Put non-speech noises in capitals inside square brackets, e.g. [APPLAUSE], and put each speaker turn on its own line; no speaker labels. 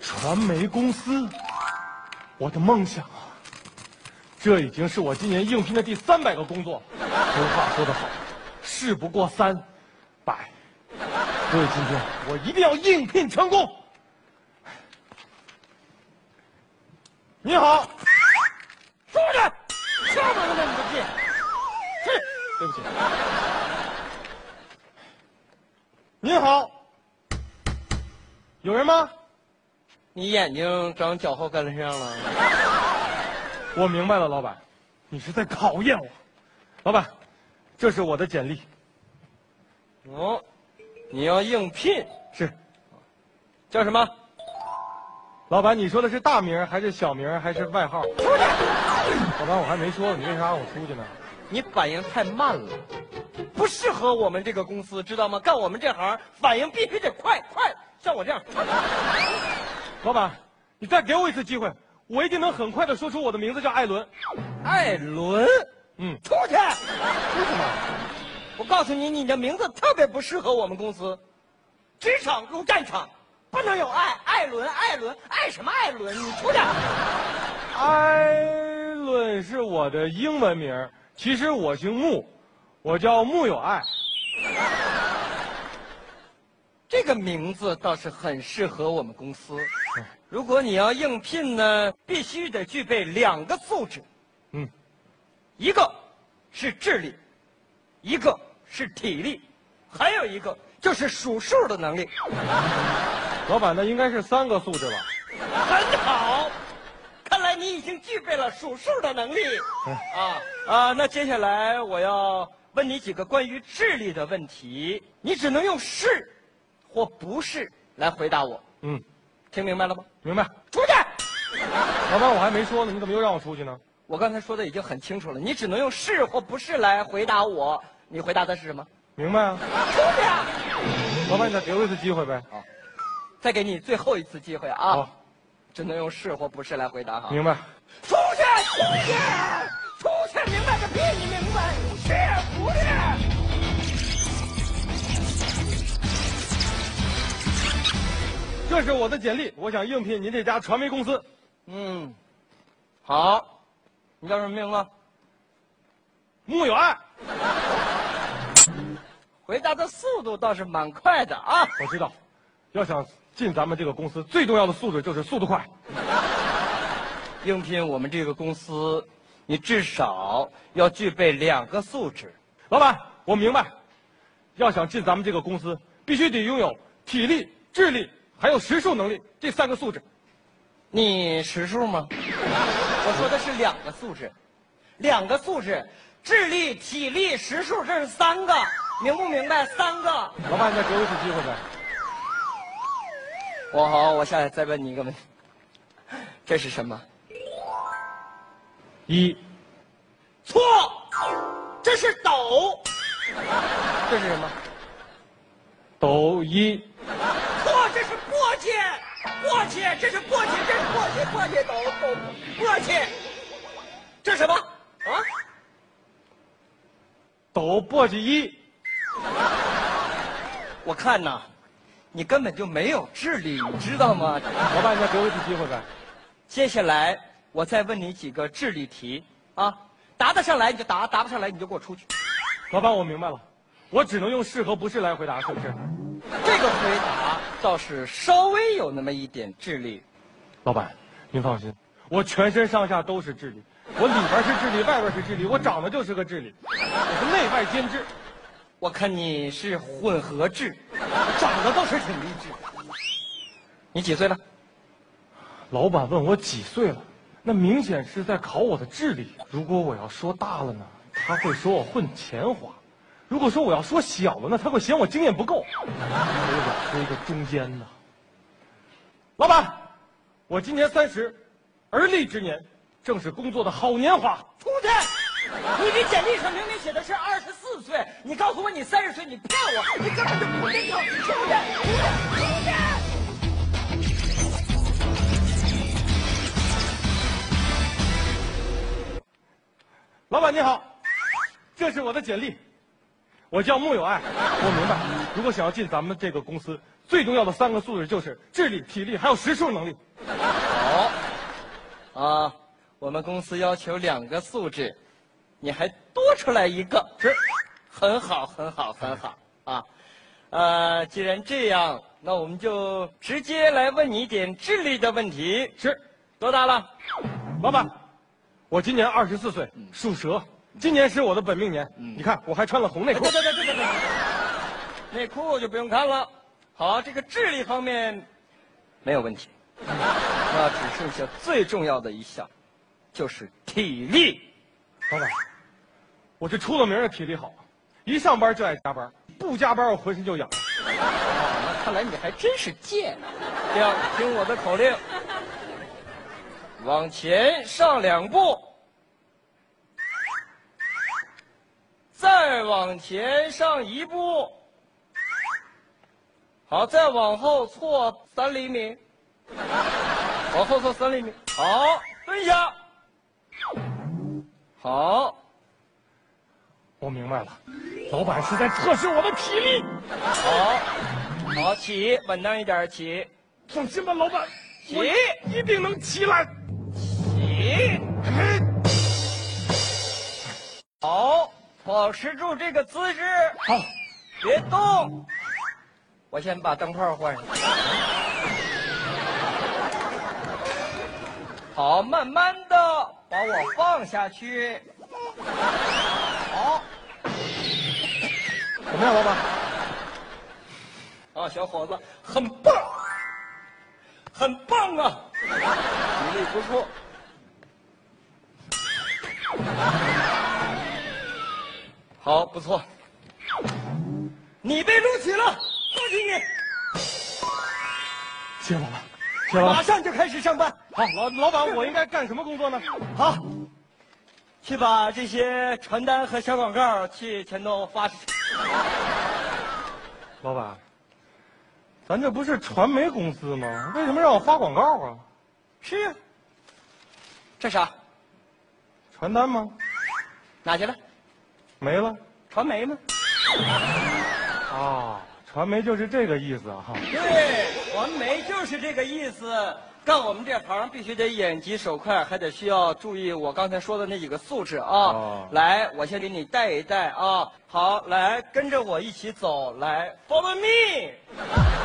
传媒公司，我的梦想啊！这已经是我今年应聘的第三百个工作。俗话说得好，事不过三百。所以今天我一定要应聘成功。你好，出去，上门了你个屁！去，对不起。你好，有人吗？
你眼睛长脚后跟上了，
我明白了，老板，你是在考验我。老板，这是我的简历，
哦，你要应聘，
是。
叫什么？
老板，你说的是大名儿还是小名儿还是外号？老板，我还没说呢，你为啥让我出去呢？
你反应太慢了，不适合我们这个公司，知道吗？干我们这行，反应必须得快快，像我这样。
老板，你再给我一次机会，我一定能很快的说出我的名字叫艾伦。
艾伦，
嗯，
出去！
为什么？
我告诉你，你的名字特别不适合我们公司。职场如战场，不能有爱。艾伦，艾伦，爱什么艾伦？你出去！
艾伦是我的英文名儿，其实我姓穆，我叫穆有爱。
这个名字倒是很适合我们公司。如果你要应聘呢，必须得具备两个素质，
嗯，
一个是智力，一个是体力，还有一个就是数数的能力。
老板，那应该是三个素质吧？
很好，看来你已经具备了数数的能力。啊啊，那接下来我要问你几个关于智力的问题，你只能用是或不是来回答我，
嗯，
听明白了吗？
明白。
出去！
老板，我还没说呢，你怎么又让我出去呢？
我刚才说的已经很清楚了，你只能用是或不是来回答我。你回答的是什么？
明白啊。
出去啊！
老板，你再给我一次机会呗。
再给你最后一次机会啊！
好，
只能用是或不是来回答哈。
明白。
出去！出去！出去！明白个屁！你明白？是不是？
这是我的简历，我想应聘您这家传媒公司。
嗯，好。你叫什么名字？
穆有爱，
回答的速度倒是蛮快的啊！
我知道，要想进咱们这个公司，最重要的素质就是速度快。
应聘我们这个公司，你至少要具备两个素质。
老板，我明白，要想进咱们这个公司，必须得拥有体力、智力还有实数能力这三个素质。
你识数吗？ [LAUGHS] 我说的是两个素质，两个素质，智力、体力、识数，这是三个，明不明白？三个。
老板，你再给我一次机会呗。
我好，我下来再问你一个问题，这是什么？
一，
错，这是抖。 [LAUGHS] 这是什么？
抖一，
错，这是簸箕，簸箕，这是簸箕，这是簸箕，簸箕抖抖簸箕，这是什么？啊？
抖簸箕一。
我看呐，你根本就没有智力，你知道吗？
老板，你再给我一次机会呗。
接下来我再问你几个智力题啊，答得上来你就答，答不上来你就给我出去。
老板，我明白了，我只能用是和不是来回答，是不是？
这个回答倒是稍微有那么一点智力。
老板，您放心，我全身上下都是智力，我里边是智力，外边是智力，我长得就是个智力，我是内外兼治。
我看你是混合智，长得倒是挺励志。你几岁了？
老板问我几岁了，那明显是在考我的智力。如果我要说大了呢，他会说我混钱花；如果说我要说小了呢，他会嫌我经验不够。所以我说一个中间的。老板，我今年三十，而立之年，正是工作的好年华。
出去！你这简历上明明写的是二十四岁，你告诉我你三十岁，你骗我，你根本就不真诚！出去！
老板你好，这是我的简历，我叫穆有爱。我明白，如果想要进咱们这个公司，最重要的三个素质就是智力、体力还有识数能力。
好，啊，我们公司要求两个素质，你还多出来一个，
这
很好，很好，很好啊。呃，既然这样，那我们就直接来问你一点智力的问题。
是，
多大了？
老板，我今年二十四岁，属蛇，今年是我的本命年。你看，我还穿了红内
哎
裤
对。对对对对对，内裤就不用看了。好，这个智力方面没有问题， [LAUGHS] 那只剩下最重要的一项，就是体力。
老板，我这出了名的体力好，一上班就爱加班，不加班我浑身就痒。
啊看来你还真是贱。这样，听我的口令，往前上两步，再往前上一步，好，再往后错三厘米，往后错三厘米，好，蹲下，好，
我明白了，老板是在测试我的体力。
好，好，起，稳当一点，起，
放心吧，老板，我
起，
一定能起来。
起。好，保持住这个姿势，
好，
别动。我先把灯泡换上。好，慢慢的把我放下去。好，
怎么样，老板？
啊，小伙子，很棒，很棒啊，体力不错。好，不错，你被录取了，恭喜你。
谢谢老板，谢谢老
马
板。
上就开始上班。
好，老老板，我应该干什么工作呢？
好，去把这些传单和小广告去全都发出去。
老板，咱这不是传媒公司吗？为什么让我发广告啊？
是呀，这啥？
传单吗？
拿去了？
没了
传媒吗？
啊，传媒就是这个意思啊。哈
对，传媒就是这个意思。干我们这行必须得眼疾手快，还得需要注意我刚才说的那几个素质啊。
哦
来，我先给你带一带啊。好，来跟着我一起走，来，follow me。